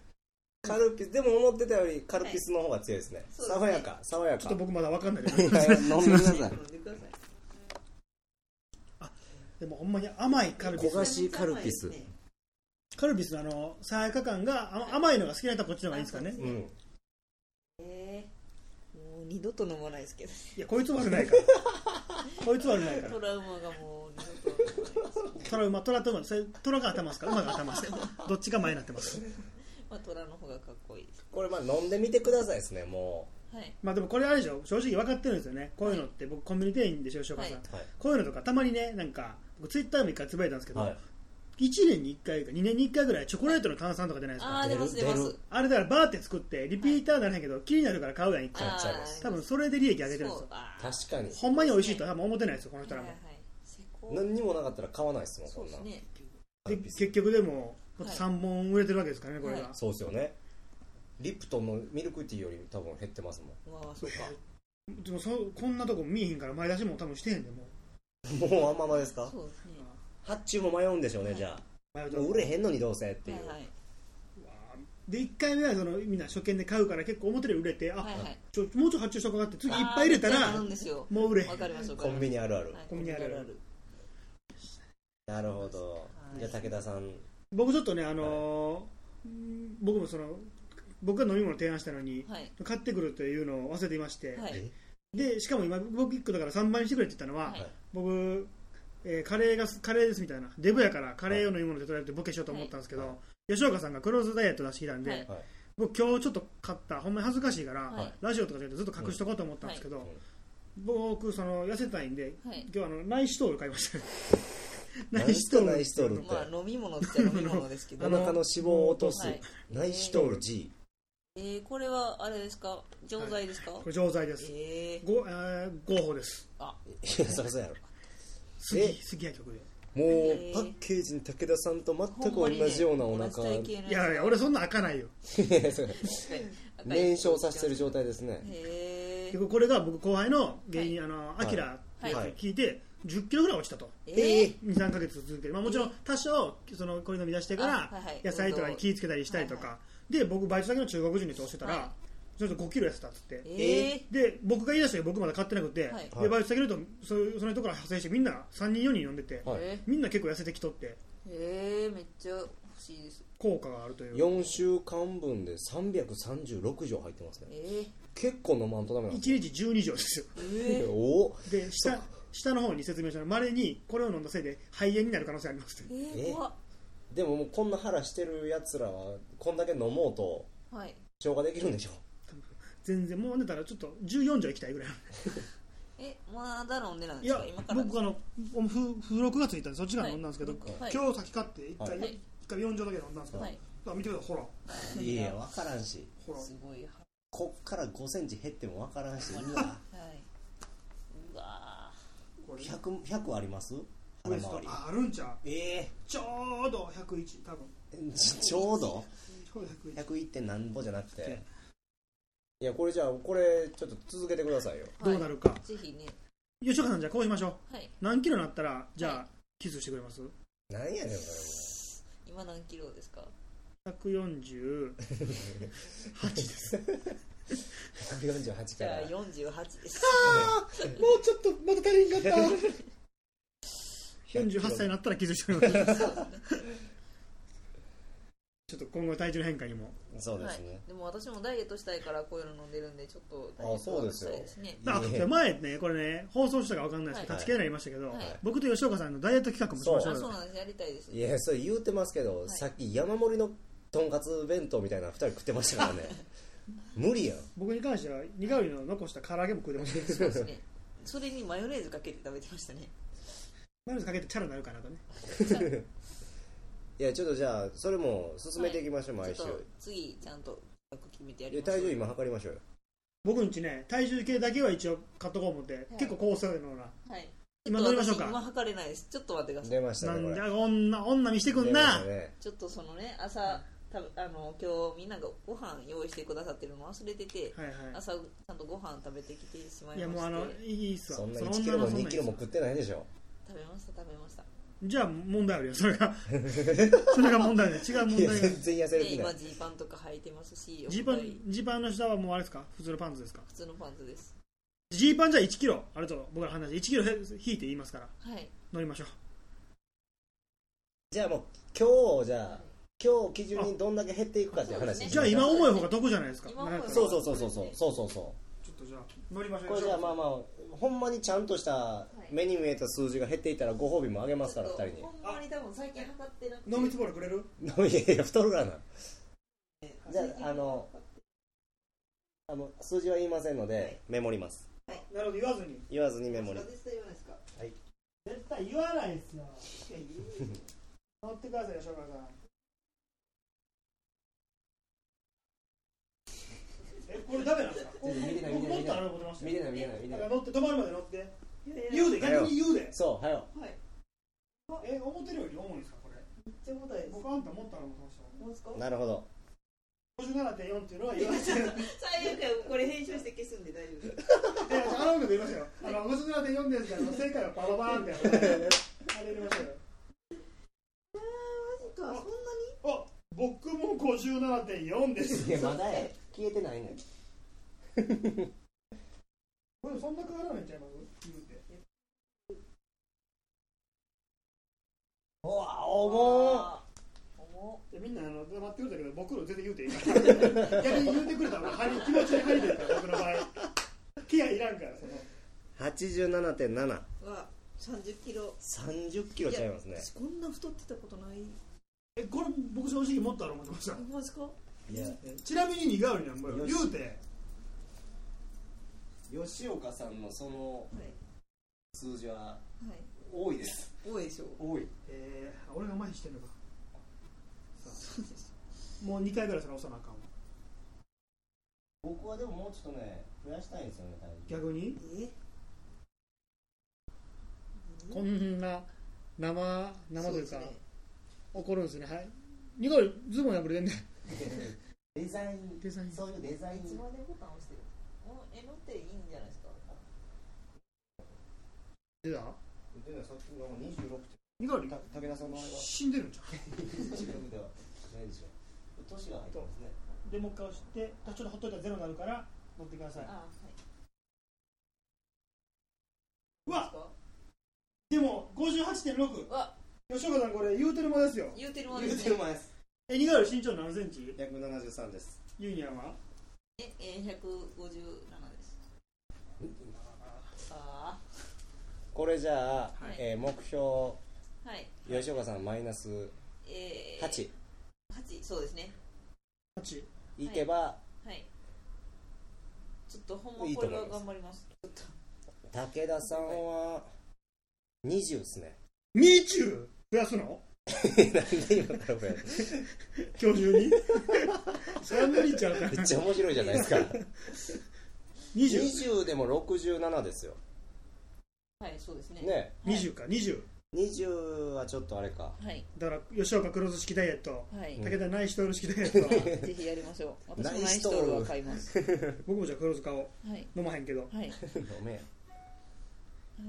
カルピスでも思ってたよりカルピスの方が強いですね、
そうですね
爽やか爽や
ち
か
ょっと僕まだ分かんないけ
い
ど、
やいや飲んでくだ
飲
さい
んでください
でもほんまに甘いカルピ
焦
ス
が、しカルピス
カルピスのあの爽やか感があ甘いのが好きな人はこっちの方がいいんですかね。
うん
えー、もう二度と飲まないですけど
いや、こいつ悪ないから。こいつ悪ないから
ト。ラウマがもう二度と飲まないです
トラウマ、トラと馬、それトラが頭ですか、馬が頭ですね。どっちが前になってます。
まあトラの方がかっこいいです
これまあ飲んでみてくださいですねも
はい
まあでもこれあれでしょ、正直分かってるんですよね。こういうのって、僕コンビニ店員でしょ、吉岡さん。
はい
はい
こういうのとか、たまにね、なんか、僕ツイッターでも一回つぶやいたんですけ
う
ど、一1年に1回か2年に1回ぐらいチョコレートの炭酸とかじゃないです
あ
か。
あ出ます出ます
あれだからバーって作って、リピーターならへんけど、気になるから買うやん、1
あ
回。
買っちゃいます
多分それで利益上げてるんですよ。
確かに
ほんまに美味しいとは多分思ってないですよ、この人ら
は
も
い。はい、施工
何にもなかったら買わないですもん
そ
こ
うんで
な
す
ん
ね
カ
で
ルピス
結局でもまた
はい
3本売れてるわけですからねこれが、
は
そうですよねリプトンのミルクティーより多分減ってますも
まあそうか
でもそうこんなとこ見えへんから前出しも多分してへんでも
ん もうあんままですか
そうですね
発注も迷うんでしょうね、
はい
じゃ
う前
あ売れへんのにどうせっていう、
はいはい
で1回目はそのみんな初見で買うから結構表で売れてあ、
はいはい
ちょもうちょい発注しとこうかって次いっぱい入れた
あーめっちゃあ
ら
るんですよ
もう売れへん
わかりますわか
コ
りま
ン
す
ビニあるある、
はい
コンビニあるある
なるほど、
い
じゃあ武田さん
僕ちょっとねあのーうん僕もその僕が飲み物提案したのに
はい
買ってくるというのを忘れていまして、
はい
え
でしかも今僕1個だから3倍にしてくれって言ったのは、
はい
僕、えーカレーがすカレーですみたいなデブやからカレーを飲み物で取られてボケしようと思ったんですけど、
はい
吉岡さんがクローズダイエット出してきたんで、
はい
はい
僕今日ちょっと買ったほんまに恥ずかしいから、
はい
ラジオとかでずっと隠しとこうと思ったんですけど、僕その痩せたいんで
はい
今日あのナイシトール買いま した
ナイシトールナイシトール
まあ飲み物っちゃ飲み物ですけど
お腹の脂肪を落とす、
はい
ナイシトール G
えーこれはあれですか錠剤ですか
これ錠剤です、
えー
ごえー合法です
いやそりゃそうやろ
杉
え
杉谷局で
もう
えー
パッケージに武田さんと全
ほんま
く
にね
同じようなお腹、
同じ体型の
いやいや俺そんな開かないよ
いやそう
はい赤い
燃焼させてる状態ですね
へ
結構これが僕後輩の芸人、あの
い
アキラっていう人
はい
に聞いて、10キロぐらい落ちたと
え
え
23か月続けて、まあ、もちろん多少そのこういうの見出してか
あ
ら
はいはい
野菜とかに気ぃつけたりしたりとか、で僕バイト先の中国人に通してたら、
は
ちょっと5キロ痩せたっつって、
えー
で僕が言い出したけど僕まだ買ってなくて、
はい
はい
でバイト先の人そその人から派生してみんな3人4人呼んでて、
ーはい
え
みんな結構痩せてきとって
ーえーめっちゃ欲しいです
効果があるという
4週間分で336錠入ってますね
え
結構飲まんとダメなん
1
ですよ
日12錠 ですよ
ーえー
おお
で下下の方に説明したのまれにこれを飲んだせいで肺炎になる可能性ありますって
えー怖っ
でももうこんな腹してるやつらはこんだけ飲もうと
はい
消化できるんでしょ
全然もう飲んでたらちょっと14錠いきたいぐらい
えまだ飲んでないん
い
です
や
か今から
僕あのふ付録がついたんでそっちから飲んだんですけど、
はい
今日先買って1回,、
はい
一回4錠だけ飲んだんですけど、
はい
あ見てくださいほら
いや分からんし
ほら
すごい
こっから5センチ減っても分から んしうわ
はいうわ
これ
100, 100あります
こ
腹
れです
周
かああるんちゃう
りえ
ちょうど101多分
えちょうど
ちょうど101
101点なんぼじゃなく
うん
ていやこれじゃあこれちょっと続けてくださいよ
ー
どうなるか、
はいぜひね
吉岡さんじゃあこうしましょう
はい
何キロになったらじゃあ、
はい
キスしてくれ ます
なんやねんこ
今何キロですか
148です
れもう148
じ
か
ゃあ
ら
48です
もうちょっとまだ足りんかった48歳に
の
なったらキスしてく れますちょっと今後体重の変化にも
そうで
は
す
い
ね、
でも私もダイエットしたいからこういうの飲んでるんでちょっとダイエ
あ
ット
そう
は
です
した
よ
いですね
あ
いいね
で前ねこれね放送したか分かんないですけど、
はい
立ち消えになりましたけど、
はい
僕と吉岡さんのダイエット企画もしましょ
あ
う
そう
よ
なんですやりたいです
いやそれ言うてますけど、
い
さっき山盛りのとんかつ弁当みたいなの2人食ってましたから ね無理やん
僕に関してはニガウリの残した唐揚げも食うてました
そうですねそれにマヨネーズかけて食べてましたね
マヨネーズかけてチャラになるかなとね
いやちょっとじゃあそれも進めていきましょう、毎
ち
週
ょっと次ちゃんと企画決めてや
い
り
や
ましょう
体重今測りましょうよ
僕んちね体重計だけは一応買っとこう思って、結構高性能な
はい
今乗りましょう
ちっと私今
か
測れないですちょっと待ってください
出ました
な
ねこ
ん
れ
じゃ女女見してくん
出まし
な
たね
ちょっとそのね朝たあの今日みんながご飯用意してくださってるの忘れてて、
はいは
朝ちゃんとご飯食べてきてしま
いい
いまして
やもうあのいいっすわ
そんな
の
1キロも
女の
2キロも食ってないでしょ
食べました食べました
じゃあ問題あるよそれ がそれが問題だよ違う問
いや
題が
全然痩せる
で
気な
今
い
ジーパンとか履いてますし
ジーパ
お二人
ンジーパンの下はもうあれですか普通のパンツですか
普通のパンツです
ジーパンじゃあ1キロあれと僕ら話1キロ引いて言いますから
はい
乗りましょう
じゃあもう今日じゃあ今日基準にどんだけ減っていくかっていう話
あ
じゃあ今重い方が得じゃないですか
今重い方が
そうそうそうそうそうそうそうそ
ちょっとじゃあ乗りましょ
う
う
これじゃあまあまあほんまにちゃんとした目に見えた数字が減っていったらご褒美もあげますから2人
ちょっとほんまに多分最近測ってなくて
飲みつぼれくれる
にいやいや太るがなじゃ
最近
ああのあの数字は言いませんのでメモります
なるほど言わずに
言わずにメモり
絶対言わないですか
絶対言わないですよ乗ってくださいよ吉岡さんえこれダメなんですか
見てない見て
僕
ない
もっとあれ覚えてました
見
よ
てない見てない見て
だ
な
か
い
ら乗って止まるまで乗って
いやいや
言うで逆に言うで
そうはよ
はい
え思ってるより重いんですかこれ
ちゃ答えです
僕はあんた持ったのも話
もう使おう
なるほど
だ57.4っていうのは言いましたよ
最悪やこれ編集して消すんで大丈夫です
いやあの音楽言いましたよあの57.4ですから正解はバババーンってやつあ れ入れましたよ
あーマジかそんなに
あ僕も57.4です
いやまだや消えてないね
これそんな変わらないんちゃいます言うて
うわ重
あー重
いやみんなあの待ってくれたけど僕の全然言うていいから 逆に言うてくれたら俺気持ちに入ってるから僕の場合ケアいらんからそ
い
の
87.730
っは30キロ
キロちゃいますね
私こんな太ってたことない
えこれ僕正直もっとある思ってました
マジか
いや
ちなみに似顔絵なんぼよ
よし
言うて
吉岡さんのその
はい
数字は
はい
多いです
多いでしょ
多い
えー、俺が麻痺してんのかもう2回ぐらいそれ押さなあかんわ
僕はでももうちょっとね増やしたいんですよね体重
逆に
え
こんな生生という
そ
か
うですね
怒るんですねはい似顔絵ズボン破れてんね
デザイン
デザイン
そういうデザイン
いつまでボタン押してるこの絵のっていいんじゃないですか
出た
でさっきの26
似顔絵
た武田さんのあれは
死んでるんじゃ
26ではないでしょ年が入ってますね
んでもう一回押してちょっとほっといたらゼロになるから乗ってください
あはい
うわ
か
でも58.6
うわ
吉岡さんこれ言うてる間ですよ
言うてるもんで
言う
す
てる
ね
前です
え似顔絵身長何センチ
173です
ユニアンは
ええー、157ですあ
これじゃあ、
はい
えー目標
あはい
吉岡さんマイナス
えー、
8
8そうですね
8
いけば、
はいちょっとほんまこれは頑張りますちょっ
武田さんは20ですね
20増やすの
なんで今からこれ
今日中 にそれは無理ちゃうから
めっちゃ面白いじゃないですか
2020
20でも67ですよ
とはいそうですね
ね
か20
20はちょっとあれか
はい
だから吉岡黒寿司ダイエット
はい、
うん
武田内視通る式ダイエット
ぜひやりましょう私も ナ
ナ
イ
イ
ス
ス
ト
トール
ールは買います
僕もじゃあ黒酢買おう
はい
飲まへんけど
はい
ごめん
なる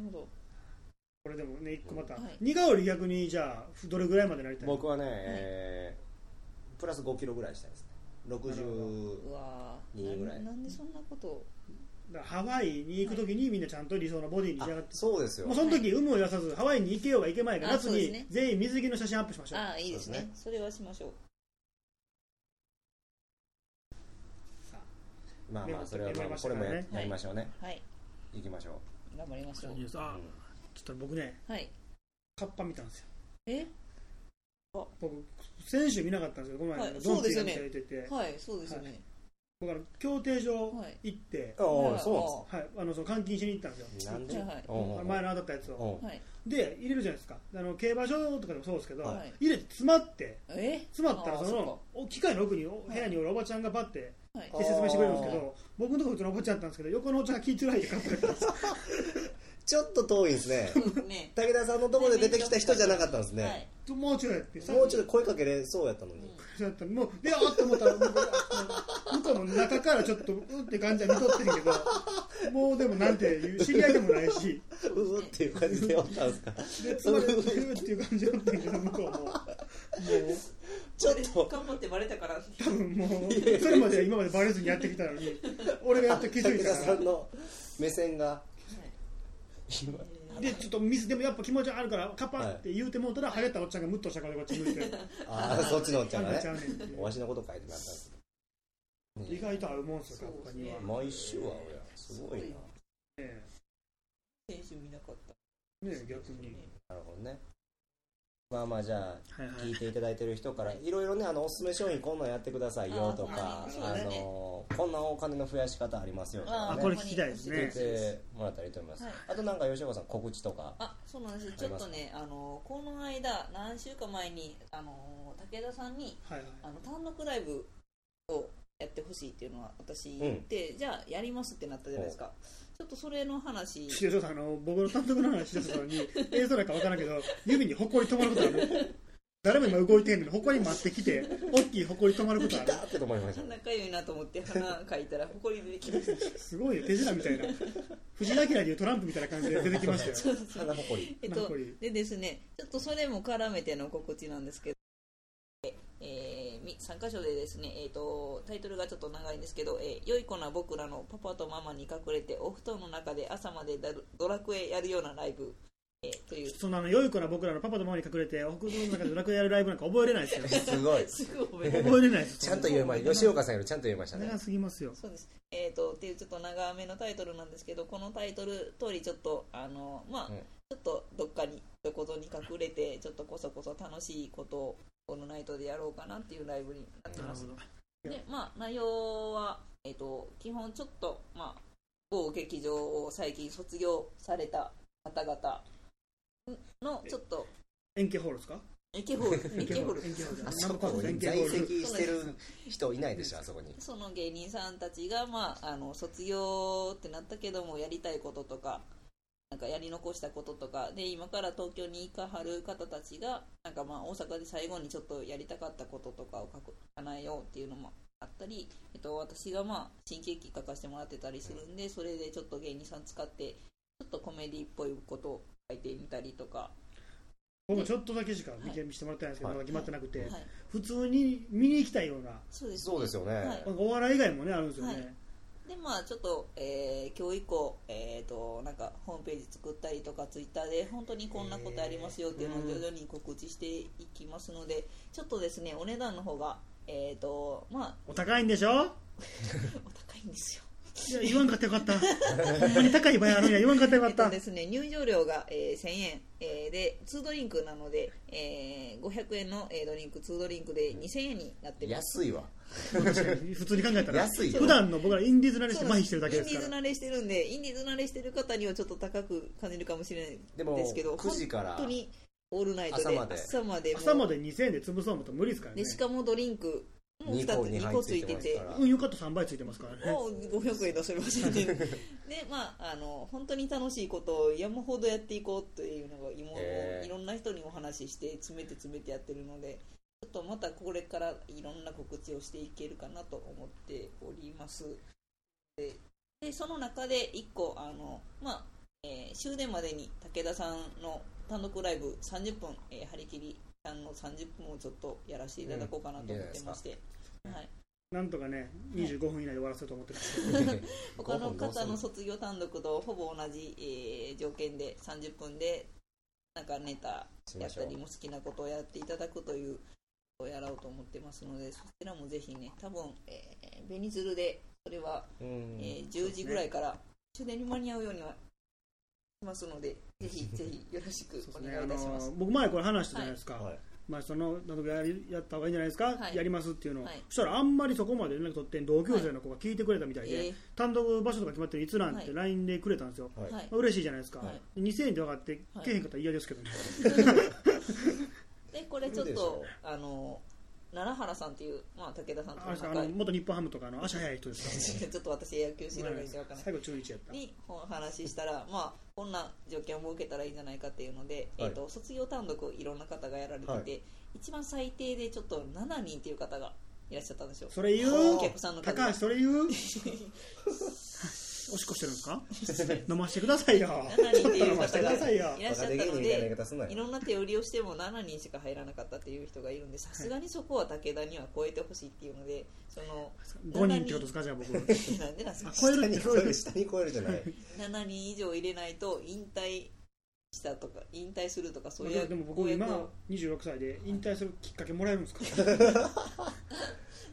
ほど
これでもね一個また、
はい
似顔絵逆にじゃあどれぐらいまでなりたい
僕はね、えープラス5キロぐらいしたいですね60
うわー
いいぐらい
ななんでそんなことを
だからハワイに行くときにみんなちゃんと理想のボディに仕上が
あ
って
そうですよ
もうその時有無を言わさずハワイに行けようが行けまいが
あ
夏
そうですね
に全員水着の写真アップしましょう
ああいいですね
そう
それはしましょう
まあまあそれは
メモメ
ま
モま
あ
した
こ
か
れ
ら
も
ね
ややりましょうね
はい
行きましょ
頑張りましょう
ニュース
う、
あ
うん
ちょっと僕ね
はい
カッパ見たんですよ
え
僕先週見なかったんですけどこの前、
はい
ド
そ
ン
うで
ピ
す
ー
よ
が
ね
見てて、
はいそうですよね
僕あの競艇場
はい
行って、
ああ
あ
そ
はいあのその監禁しに行ったんですよ
うなんですね
は
ないんでおうお
あ
う
の前の当たったやつを
おう
はい
で入れるじゃないですかあの競馬場とかでもそうですけど、
はい
入れて詰まって
え
詰まったら
あー
そのお機械の奥にお
い
部屋におるおばちゃんがパッて
そっか
あ
はい
で説明してくれるんですけど僕のところ普通のおばちゃんだったんですけど横のおばちゃんが聞いてないでカッパやったん ですよ
ちょっと遠いですね
そうですね
武田さんのところで出てきた人じゃなかったんです
は
ね
い
もうちょいやってさ
もうちょっと声かけれそうやったのに
ちょっともうであっと思ったら向こうも中からちょっとうんって感じは見とってんけどもうでもなんていう知り合いでもないし
ううっていう感じでおったんです か
でつまりうーっていう感じだったんやけど向こうももう
ちょっと
頑張ってバレたから
多分もうそれまでは今までバレずにやってきたのに俺がやっと気づい
武田
たか
さ
ら
んの目線 が今
でちょっとミスでもやっぱ気持ちあるからカパって言うてもうたらハゲたおっちゃんがムッとした顔でこっち向いて
ああそっちのおっ
ち
ち
ゃ
ゃ
うん
が
ねんちゃう
ね
ねんっていう
おわしのこと書いてもらったんです
意外と合うもんすよカッパには
そう
ね
毎週は俺すごいな
え
選手見なかった
ねえ逆に
なるほどねまあまあじゃあ
はいは
聞いていただいてる人からいろいろねあのおすすめ商品こんなんやってくださいよとか
あ
あ
ーはいそうですね
のこんなお金の増やし方ありますよと
あ
か
ー
ね
これ聞きたいですね
聞いてもらったらいいと思います、
はい
あとなんか吉岡さん告知とか
あそうなんですちょっとねあのこの間何週か前にあの武田さんに
はいはい
あの単独ライブをやってほしいっていうのは私言って、じゃあやりますってなったじゃないですかちょっとそれの話
シュウさんあの僕の単独の話してたのに映像なんか分からんけど指にほこり止まることある誰も今動いてへんのに埃待ってきて大きい埃止まることある
だってと思いましたね
仲良いなと思って花かいたら埃出てきました
すごいよ手品みたいな藤井明でいうトランプみたいな感じで出てきましたよ
花ほこ り
えっ
なん
と
かこれ、
でですね、ちょっとそれも絡めての告知なんですけど、えーみ3箇所でですね、えーと、タイトルがちょっと長いんですけど、えー良い子な僕らのパパとママに隠れて、お布団の中で朝までだるドラクエやるようなライブ、えー という、
そのあの良い子ら僕らのパパとママに隠れて北東の中でドラクエやるライブなんか覚えれないですよ
すごい
すごい
覚えれないです
ちゃんと言えま吉岡さんよりちゃんと言えましたね
長すぎますよ
そうです、えー、とっていうちょっと長めのタイトルなんですけどこのタイトル通りちょっとあのまあ、
うん
ちょっとどっかにどことに隠れてちょっとこそこそ楽しいことをこのナイトでやろうかなっていうライブになって
なる
ます
ほど
でまあ内容は、えー、と基本ちょっとまあ某劇場を最近卒業された方々のちょっと
円形ホールですか
エケ ホールエケホール
円形ホール
あそこに在籍してる人いないでしょあそこに
その芸人さんたちが、まあ、あの卒業ってなったけどもやりたいこととかなんかやり残したこととかで今から東京に行かはる方たちがなんかまあ大阪で最後にちょっとやりたかったこととかを書く叶えようっていうのもあったり、えっと、私がまあ新喜劇書かせてもらってたりするんでそれでちょっと芸人さん使ってちょっとコメディっぽいことを書いてみたりとか、
僕もちょっとだけしか見て見せてもらってないんですけど、まだ決まってなくて、
はい、
普通に見に行きたいような
そうです
そうですよね
なんかお笑い以外もねあるんですよね、
はいでまあちょっと、えー今日以降、えー、となんかホームページ作ったりとかツイッターで本当にこんなことありますよっていうのを
えー
徐々に告知していきますのでちょっとですねお値段の方がえっ、とまあ
お高いんでしょ
お高いんですよ。
いや言わんかったよかったほんまに高い場合あるんや言わんかったよか
え
っ
っと
た
ですね、入場料が、えー1000円、えーで2ドリンクなので、えー500円の、えードリンク2ドリンクで2000円になってます。
安いわ
普通に考えたら
安いよ
普段の僕らインディーズ慣れして
そう
麻
なん
痺
で
し
す
てるだけです
インディー
か
ズ
ら
慣れしてるんでインディーズ慣れしてる方にはちょっと高く感じるかもしれない
でも
ですけど
9時から
本当にオールナイトで
朝まで
朝までもう
朝まで2000円で潰そうもと無理ですからね
でしかもドリンクも
2
2つ
個
2
2
個
個
つ
つ
い
い
て
てます
て
から
運良かった3倍ついてますからね
もう500円出せるわけで でまああの本当に楽しいことを山ほどやっていこうというのが今、
へー
いろんな人にお話しして詰めて詰めてやってるのでちょっとまたこれからいろんな告知をしていけるかなと思っておりますででその中で1個あのまあ、えー終電までに武田さんの単独ライブ30分、えー張り切りさんの30分をちょっとやらせていただこうかなと思ってまして、
うんいいじゃないですか
はい
なんとかね25分以内で終わらせようと思ってる
他の方の
そ
卒業単独とほぼ同じ、えー条件で30分でなんかネタやったりも好きなことをやっていただくということをやろうと思ってますのでそちらもぜひね多分、えーベニズルでそれは、
う
え
ん
ー10時ぐらいから終電に間に合うようにはしますのでぜひぜひよろしくお
そうですね
願いいたしま
あ
す
の。僕前これ話したじゃないですか、
はい
まあ、そのなんとかやりやった方がいいんじゃないですか、
はい
やりますっていうのを、
はい
そしたらあんまりそこまで連絡取ってん同級生の子が聞いてくれたみたいで、
え
単独場所とか決まってるいつなんっ
は
て
い
LINE でくれたんですよ、
はい
ーはい
まあ嬉しいじゃないですか、
はい
2000円で分かって
はい
けへんかったら嫌ですけどね、
でこれちょっ
いいでしょ
とあの奈良原さんっていう、まあ、武田さんと
あの人あ
仲
の
いい
元日本ハムとかの足早い人ですか
ちょっと私野球知ら
ら、
ないんでわからない
最後中日やった
にお話ししたら、まあ、こんな条件を設けたらいいんじゃないかっていうので、
はい
えー、と卒業単独をいろんな方がやられてて、
は
一番最低でちょっと7人っていう方がいらっしゃったんですよ
それ言う
お客さんの数
高橋それ 言うおしっこしてるんですか飲ましてくださいよ
7人っていう
飲ましてく
方が
ださいよ
いらっしゃっ
バカで
たの
芸人みたいな言い
で
方すんなよ
いろんな手売りをしても7人しか入らなかったっていう人がいるんでさすがにそこは武田には超えてほしいっていうのでその
5人ってことですかじゃあ僕
なんでなんですか
あ超
下
えるっ
に
て
超える下に超えるじゃない
7人以上入れないと引退したとか引退するとかそうい
で
う
もでも
公
僕
約
今
を
26歳で引退するきっかけもらえるんですか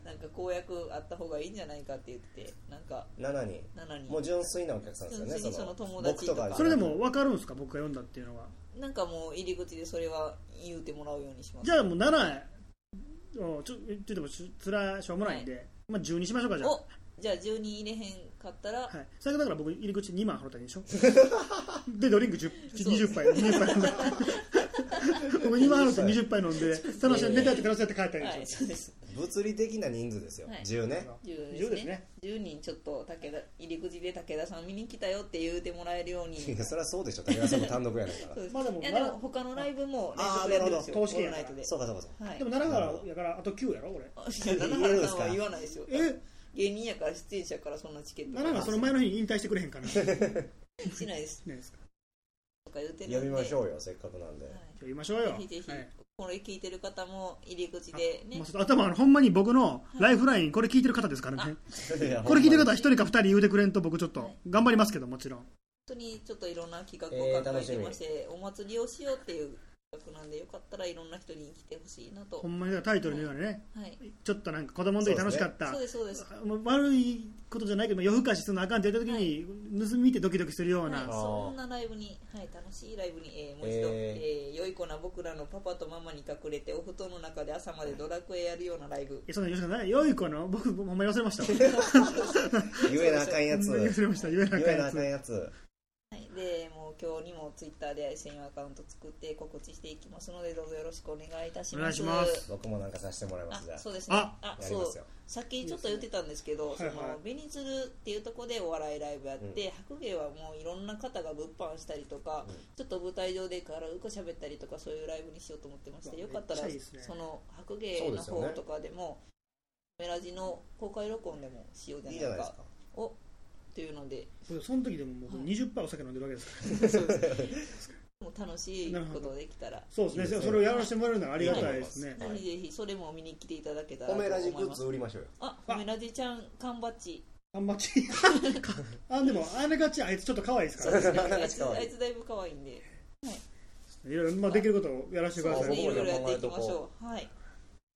なんか公約あった方がいいんじゃないかって言ってなんか
7人
7人
もう純粋なお客さんですよね
純粋に
そ
その
の
友達
僕
と
と
か
か
それでも分かるんですか僕が読んだっていうのは
なんかもう入り口でそれは言うてもらうようにします
じゃあもう7をちょ言っててもしつらしょうもないんで、まあ10にしましょうかじゃあ、は
おじゃあ10人入れへんかったら、
い、最悪だから僕入り口2万払ったらいいんでしょでドリンク10 20杯20杯僕今話して20杯飲んでその人寝たって楽しやって帰ったん
は
で
い、
す
そうです。
物理的な人数ですよ、
はい
10ね
よ
10
以上ですね
10人ちょっと武田入り口で武田さん見に来たよって言うてもらえるように
いやそりゃそうでしょ武田さんも単独やねんか
そうです
まあでも
いやでも他のライブも連
あー
続やってるんですよ
なるほど投資券
オールナイトで
らそうかそうかそうか
はい
でも奈良原やからあと9やろ俺
あ いや七原さんは言わないですよ
え
芸人やから出演者からそんなチケット
奈良原その前の日に引退してくれへん かなしない
しないです
ですか
とか言ってるんで
呼びましょうよせっかくなんで、
はい
じゃあ言いましょうよ
ぜひぜひ
はい
これ聞いてる方も入り口でね
まあ頭ほんまに僕のライフラインこれ聞いてる方ですからね これ聞いてる方は1人か2人言うてくれんと僕ちょっと頑張りますけどもちろん
本当にちょっといろんな企画を考えてまして、お祭りをしようっていう企画なんでよかったらいろんな人に来てほしいなと
ほんまにタイトルのようにね
はい
ちょっとなんか子供の時楽しかった、
そうですそうです
もう悪いことじゃないけど夜更かしするのあかんって言った時に、盗み見てドキドキするような、
はい、
あー
そんなライブに、はい、楽しいライブに、えーもう一度、
え
えー良い子な僕らのパパとママに隠れてお布団の中で朝までドラクエやるようなライブ
えそんな吉田さん良い子の僕ほんまに忘れました
言えなあかんや つ
ほんまに忘れました言えなあ
言
かん
えな
や
あ
つ
かんやつ
はい、でもう今日にもツイッターで専用アカウント作って告知していきますのでどうぞよろしくお願いいたし
お願
ま
い
す
します
僕もなんかさせてもらいますじゃ
あ
あ
そうですね
あ
あ
やり
そ
ま
う
すよ
さっきちょっと言ってたんですけど、
いいですね
その
はいはい
ベニズルっていうところでお笑いライブやって、白芸はもういろんな方が物販したりとか、
うん
ちょっと舞台上でからうく喋ったりとかそういうライブにしようと思ってまして
うわ
よかったら
めっちゃいいですね
その白芸の方とかでもメラジの公開録音でもしようじゃ
い
ないい
じゃ
か
ないですか
おというので
その時でももう20杯お酒飲んでるわけですから、
もう楽しいことができたら
そうですね
いいですね
それをやらせてもらえるならありがたいですね
いい
ぜ
はい
ひぜひそれも見に来ていただけたら
褒
と思
め
いま
ラ
す
ジグッズ売りましょうよ
あ褒めラジちゃん缶バッジ
あ んまちあでもあれがちあいつちょっと可愛いですから、ね、
なんか
あいつ
可
あ
愛
い
い
つだいぶ可愛いんで
いろいろ、まあ、できることをやらせてくだ
そ
さ
う
い
い
僕
ろい
ら
ろ
も
やっていきましょう。はい。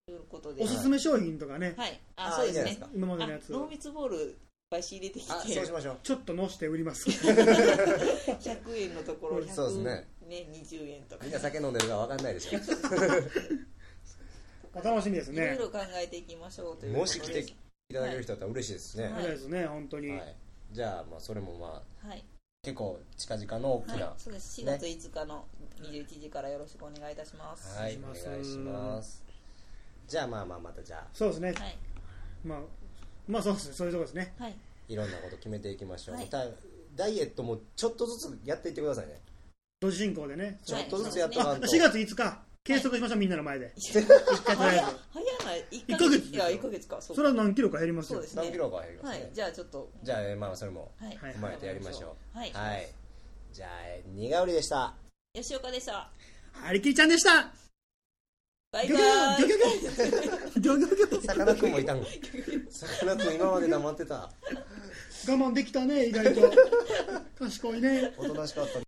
ということで。
お
は
すすめ商品とかね、
い。あ、
あ
そうで
いい
す
じゃないです。
ね
か
今までのや
あ、
つ
濃
を
密ボールいっぱい仕入れてき、
あそうしてましょう
ちょっとのして売ります
100円のところ
そうです
100
ね
ね20円とか
みん。な酒飲んでるから分かんないでしょ
お 楽しみです
いろ
ね
いろ考えていきましょうというこ
も
と
し
で。
来ていただける人だったら嬉しいですね、
あり
は
がたいですね本当に、
はい、じゃあまあそれもまあ
はい。
結構近々の大きな、
はい
は。
そうです。4月5日の21時からよろしくお願いいたします。
い、お願いしますじゃあまあまあまたじゃあ
そうですね、
はい。
まあまあそうですねそういうとこですね
はい。
いろんなこと決めていきましょう、
はい
たダイエットもちょっとずつやっていってくださいね
同時進行でね
ちょっとずつやっとか
あ
んと、
4月5日計測しましょう、みんなの前で
早い
回とりあえず
早ない。1
1ヶ月
いや、1ヶ月か。そ
そうれ
か
は何キロか減ります
そう
よ
です
何キ
ね。
ロか減りま
は
すね、
い。じゃあちょっと。
じゃあえーまあそれも
はい。
はい
踏まえてやりましょう
はい。
はいじゃあえー苦織でした
吉岡でした。
はりきりちゃんでした
バイ
ギョ
バ
ギョ
イ
ギョ。ギョギョギョギョギョギョ
さかなクンもいた のさかなクン今まで黙ってた
我慢できたね意外と賢いね
おとなしかった